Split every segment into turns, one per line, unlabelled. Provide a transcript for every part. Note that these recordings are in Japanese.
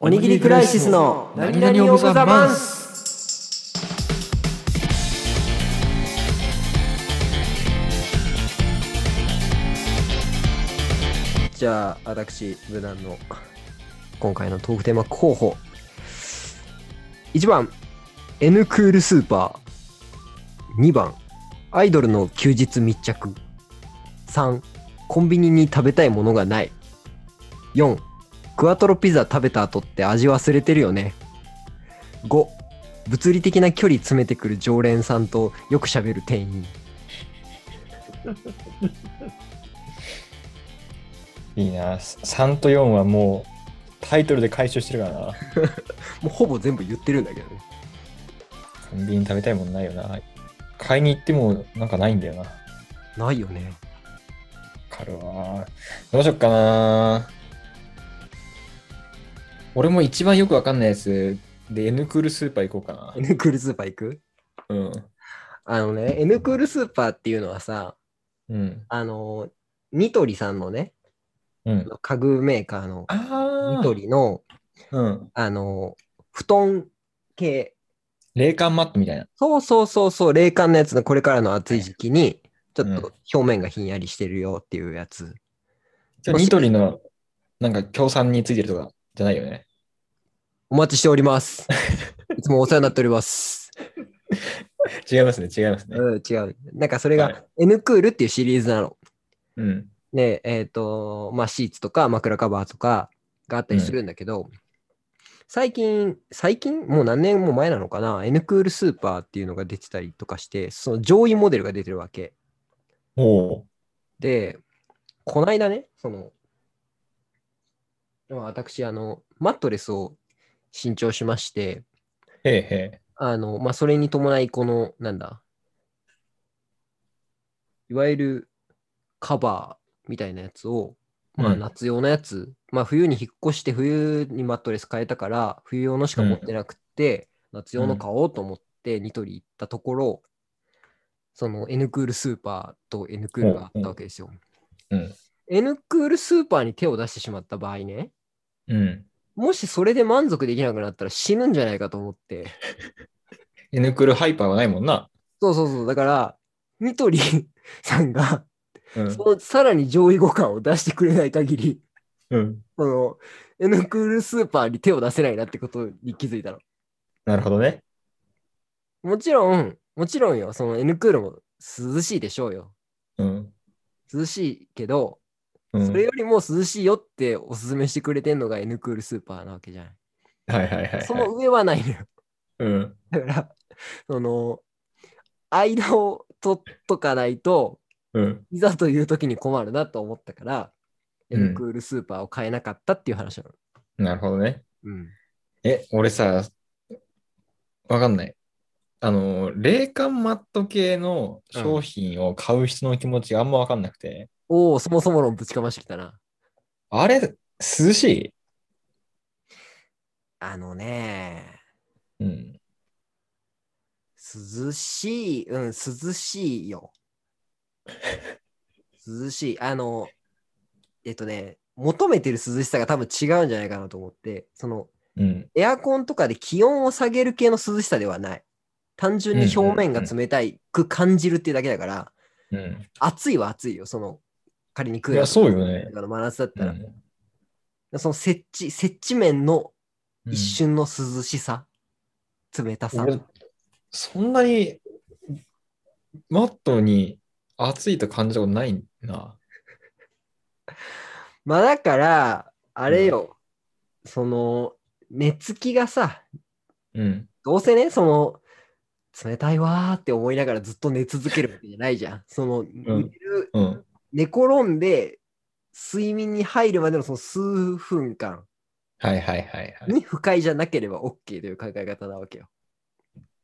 おにぎりクライシスの何々オブザマンスじゃあ私無難の今回のトークテーマ候補1番 N クールスーパー2番アイドルの休日密着3コンビニに食べたいものがない4クワトロピザ食べた後って味忘れてるよね5物理的な距離詰めてくる常連さんとよく喋る店員
いいな。3と4はもうタイトルで回収してるからな。
もうほぼ全部言ってるんだけどね
コンビニ食べたいもんないよな。買いに行ってもなんかないんだよな。わ
ないよね
かるわ。どうしよっかな。俺も一番よくわかんないやつで N クールスーパー行こうか
N クールスーパー行く
な。うん。
あのね N クールスーパーっていうのはさ
うん。
あのニトリさんのね
うん。
家具メーカーの
あ
ニト
あ。
リの
うん。
あの布団系
冷感マットみたいな。
そうそうそうそう、冷感のやつのこれからの暑い時期に、ちょ
うん
っと表面がひんやりしてるよっていうやつ。
じゃあニトリのなんか協賛についてるとかじゃないよね。
お待ちしており ます。いつもお世話になっております。
違いますね。違い ますね。
うん、違う。なんかそれ
は
が
い
N クールっていうシリーズなの。
うん。
で、えっ、と、まあ、シーツとか枕カバーとかがあったりするんだけど、最近、最近、もう何年も前なのかな、N クールスーパーっていうのが出てたりとかして、その上位モデルが出てるわけ。
おう
で、こないだね、その、まあ私、あの、マットレスを新調しまして、
へえへ
あの、まあ、それに伴い、この、なんだ、いわゆるカバーみたいなやつを、まあ、
うん
夏用のやつ、まあ、冬に引っ越して、冬にマットレス変えたから、冬用のしか持ってなくて、夏用の買おうと思って、ニトリ行ったところ、その N クールスーパーと N クールがあったわけですよ。
うんうん
N クールスーパーに手を出してしまった場合ね、
え。うん。
もしそれで満足できなくなったら死ぬんじゃないかと思って。
N クールハイパーはないもんな。
そうそうそう。だから、ニトリさんが、
うん
そ。のさらに上位互換を出してくれない限り、
うん。
その、N クールスーパーに手を出せないなってことに気づいたの。
なるほどね。
もちろん、もちろんよ、その N クールも涼しいでしょうよ。
うん。
涼しいけど、
うん
それよりも涼しいよっておすすめしてくれてんのが N クールスーパーなわけじゃない。
はいはいはいはい。
その上はないのよ。
うん。
だから、その、間を取っとかないと、
うん。
いざという時に困るなと思ったから、
うん
N クールスーパーを買えなかったっていう話なの。
なるほどね。
うん。
え、俺さ、わかんない。あの、冷感マット系の商品を買う人の気持ちがあんまわかんなくて、
おお、そもそも論ぶちかましてきたな。
あれ、涼し
あのね、
いうん。
涼しい、うん、涼しいよ。涼しい。あの、えっとね、求めてる涼しさが多分違うんじゃないかなと思って、その、
うん。
エアコンとかで気温を下げる系の涼しさではない。単純に表面が冷たいく感じるっていうだけだから、
うん。
暑いは暑いよ、その、仮にク
いやそうよね
とかの真夏だった
う
ら、
ん
その設置、設置面の一
緒
瞬の涼しさ、冷たさ。
俺そんなにマットに暑いと感じたことないな。
まあだから、あれよ、その、寝つきがさ、
うん。
どうせね、その、冷たいわーって思いながらずっと寝続けるわけじゃないじゃん。その、寝る、
うん。
寝転んで、睡眠に入るまでのその数分間
はいはいはいはい。
に不快じゃなければ OK という考え方なわけよ。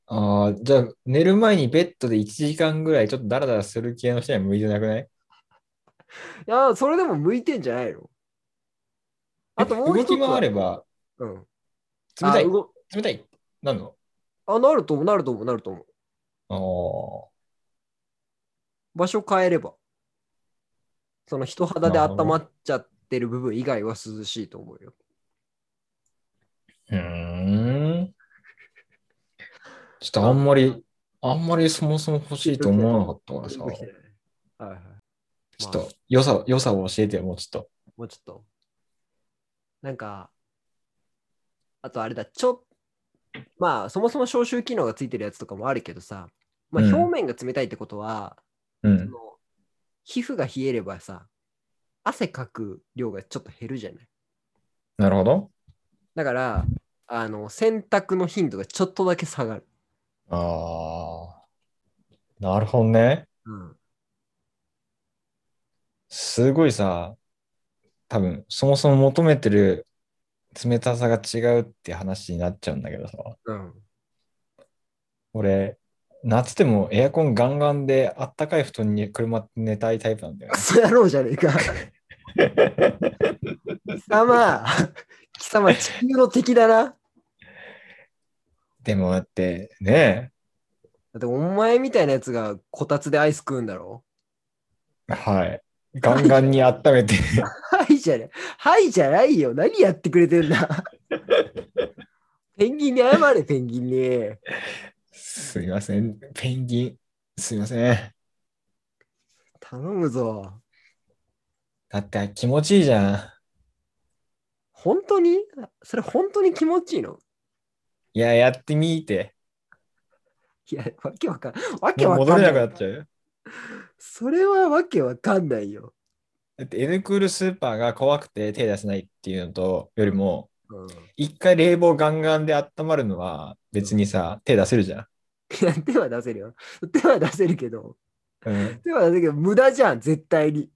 ああ、じゃあ寝る前にベッドで1時間ぐらいちょっとダラダラする系の人には向いてなくない
いやー、それでも向いてんじゃないのあともう
動
一つ
き
は
回れば
うん。
冷たい
あ、動
冷たいなんの
あなると思う、なると思う、なると思う。
ああ
場所変えれば。その人肌で温まっちゃってる部分以外は涼しいと思うよ。
うーん。ちょっとあんまり、あんまりそもそも欲しいと思わなかったからさ、
よく来てな
ち
いはいはい。
ょっ
まあ
と良さ、良さを教えてよ、もうちょっ
もうちょっと。なんか、あとあれだ、ちょまあ、そもそも消臭機能がついてるやつとかもあるけどさ、まあ、
うん
表面が冷たいってことは、
と。う
そ
ん。
の皮膚が冷えればさ、汗かく量がちょっと減るじゃない。
なるほど。
だから、あの洗濯の頻度がちょっとだけ下がる。
ああ。なるほどね。
うん。
すごいさ、多分、そもそも求めてる冷たさが違うって話になっちゃうんだけどさ、
うん。
俺、夏でもエアコンガンガンであったかい布団に車って寝たいタイプなんだよ
ク ソ野郎じゃねえか。
ね。
貴様、貴様、地球の敵だな。
でもだって、ね
だって、お前みたいなやつがこたつでアイス食うんだろ。
え、はい。ガンガンに温めて、
はいじゃない。はいじゃないよ。何やってくれてん だ。ペンギンに謝れ、ペンギンに。
すいません、ペンギン、すいません。
頼むぞ。
だって気持ちいいじゃん。
本当にそれ本当に気持ちいいの
いや、やってみて。
いや、わけわかんわけ
も
わ
う戻
かんな。
れないくなっちゃうよ。
それはわけわかんないよ。
だって N クールスーパーが怖くて手出せないっていうのとよりも、
うん、
一回冷房ガンガンで温まるのは別にさ、手出せるじゃん。
いや手は出せるよ。手は出せるけど、
うん、
手は出せるけど、無駄じゃん、絶対に。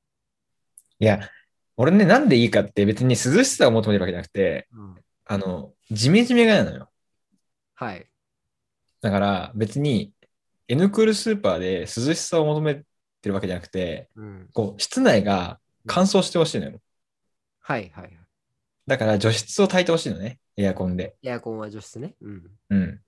いや、俺ね、なんでいいかって別に涼しさを求めてるわけじゃなくて、
うん、
あの、ジメジメが嫌なのよ。
はい。
だから別に N クールスーパーで涼しさを求めてるわけじゃなくて、
うん、
こう、室内が乾燥してほしいのよ。
はいはいはい。
だから除湿を焚いてほしいのね、エアコンで。
エアコンは除湿ね。うん。
うん。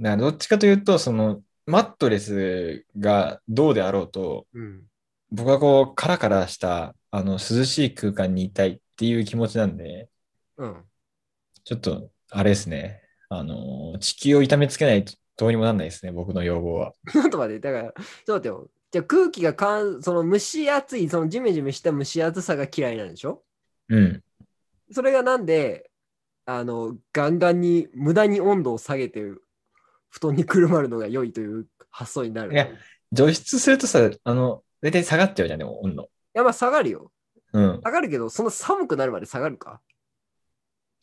だからどっちかというと、その、マットレスがどうであろうと、
うん。
僕はこう、カラカラした、あの、涼しい空間にいたいっていう気持ちなんで、
うん。
ちょっと、あれですね、あの、地球を痛めつけないとどうにもなんないですね、僕の要望は。
ちょっと待って、だから、ちょっと待ってよ。じゃあ空気がかん、その蒸し暑い、そのジメジメした蒸し暑さが嫌いなんでしょ
うん。
それがなんで、あの、ガンガンに、無駄に温度を下げて、布団にくるまるのが良いという発想になる。
いや除湿するとさ、あの、大体下がっちゃうじゃん、でも、温度。
いやまあ下がるよ。
うん。
下がるけど、その寒くなるまで下がるか。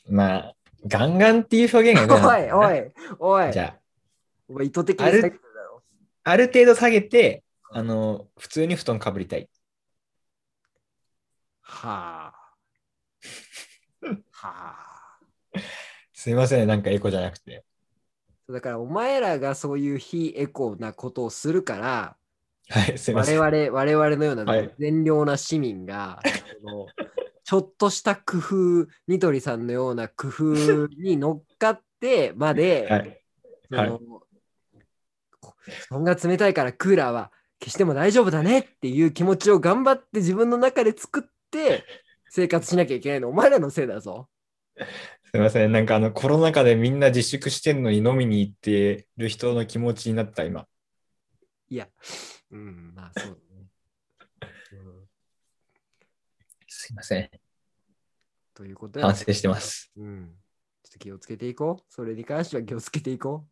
まあ、ガンガンっていう表現が良くな
お
い
い、 おい、おい
じ、ゃあ、
お前意図的に下げてるだろ。
ある程度下げて、あの、普通に布団かぶりたい。
はあ。はあ。
すいません、なんかエコじゃなくて。
だから、お前らがそういう非エコなことをするから、
はい、すいま
我
せん。
々、我々のような
はい
善良な市民が、そ のちょっとした工夫、ニトリさんのような工夫に乗っかってまで、
はい。
そのこ布団が冷たいからクーラーは消しても大丈夫だねっていう気持ちを頑張って自分の中で作って生活しなきゃいけないのお前らのせいだぞ。
すいません、なんかあの、コロナ禍でみんな自粛してんのに飲みに行ってる人の気持ちになった、今。
いや、うん、まあそうだね。 うん
すいません、
ということで
反省してます。
うん。ちょっと気をつけていこう。それに関しては気をつけていこ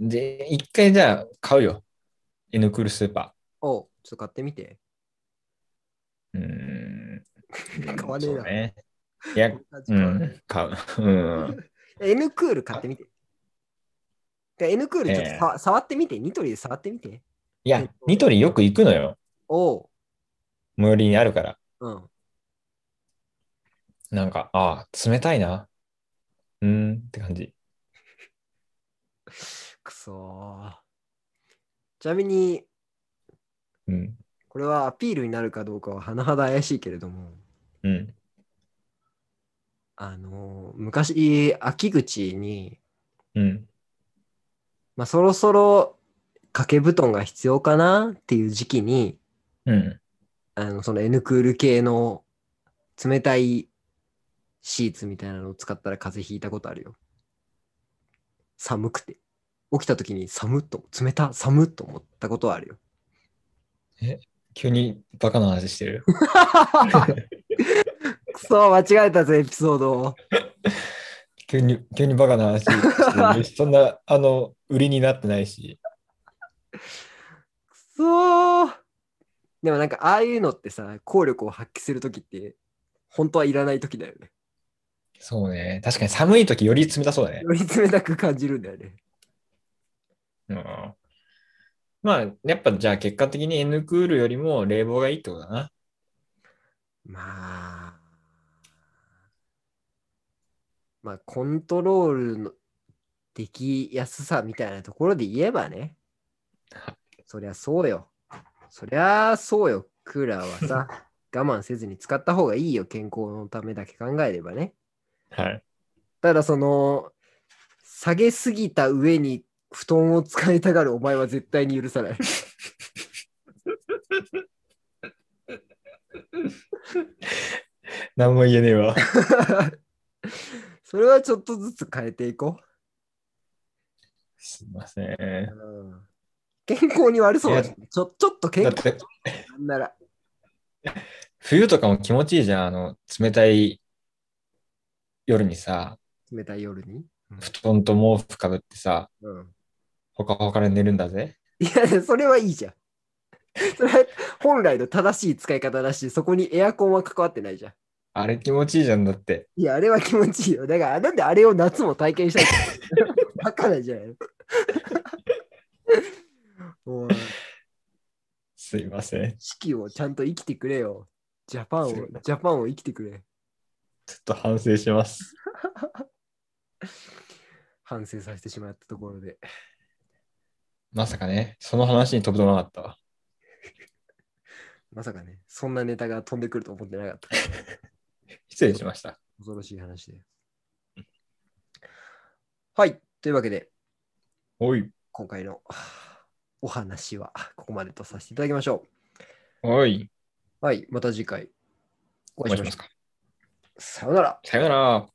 で、一回じゃあ、買うよ。N クールスーパ
う。おうちょっと買ってみて。
ー。うーん。
買わねえな
そうね。いや、うん、買う。うん。
N クール買ってみて。で N クールちょっとさ、触ってみて。ニトリで触ってみて。
いや、ニトリよく行くのよ。
おう。
最寄りにあるから。
うん。
なんか、ああ、冷たいな。うーんって感じ。
くそーちなみに、
うん。
これはアピールになるかどうかは甚だ怪しいけれども、
うん。
あのー昔、秋口に、
うん。
まあ、そろそろ掛け布団が必要かなっていう時期に、
うん。
あのその N クール系の冷たいシーツみたいなのを使ったら風邪ひいたことあるよ。寒くて。起きた時に寒っと、冷た、寒っと思ったことはあるよ。
急にバカな話してる。
くそ、間違えたぜ、エピソードを。
急に、急にバカな話して る。そんな、あの、売りになってないし。
くそーでもなんか、ああいうのってさ、効力を発揮するときって、本当はいらないときだよね。
そうね。確かに寒い時より冷たそうだね。
より冷たく感じるんだよね。
うん。まあ、やっぱじゃあ結果的に N クールよりも冷房がいいってことだな。
まあ、まあ、コントロールのできやすさみたいなところで言えばね
は、
そりゃそうよ。そりゃそうよ。クーラーは さ、我慢せずに使った方がいいよ。健康のためだけ考えればね。
はい。
ただ、その、下げすぎた上に布団を使いたがるお前は絶対に許さない。
何も言えねえわ。
それはちょっとずつ変えていこう。
すいません。
うん健康に悪そうだし、ちょちょっと健
だっ
康
て、
なんなら。
冬とかも気持ちいいじゃん。あの、冷たい夜にさ、
冷たい夜に。
布団と毛布かぶってさ、
うん、
ほかほかで寝るんだぜ。
いや、それはいいじゃん。それは本来の正しい使い方だし、そこにエアコンは関わってないじゃん。
あれ気持ちいいじゃんだって。
いや、あれは気持ちいいよ。だから、なんであれを夏も体験したいの バカなんじゃないのもう
すいません。
四季をちゃんと生きてくれよ。ジャパンを
すいません、
ジャパンを生きてくれ。
ちょっと反省します。
反省させてしまったところで。
まさかね、その話に飛ぶとはなかったわ。
まさかね、そんなネタが飛んでくると思ってなかった。
失礼しました。
恐ろしい話で。はい。というわけで、
おい、
今回のはあお話はここまでとさせていただきましょ
おい、
う。はい。また次回お
お
会い
願い
し
し
ま
ま
し
す
ょう。さ
か。
ようなら。
さよなら。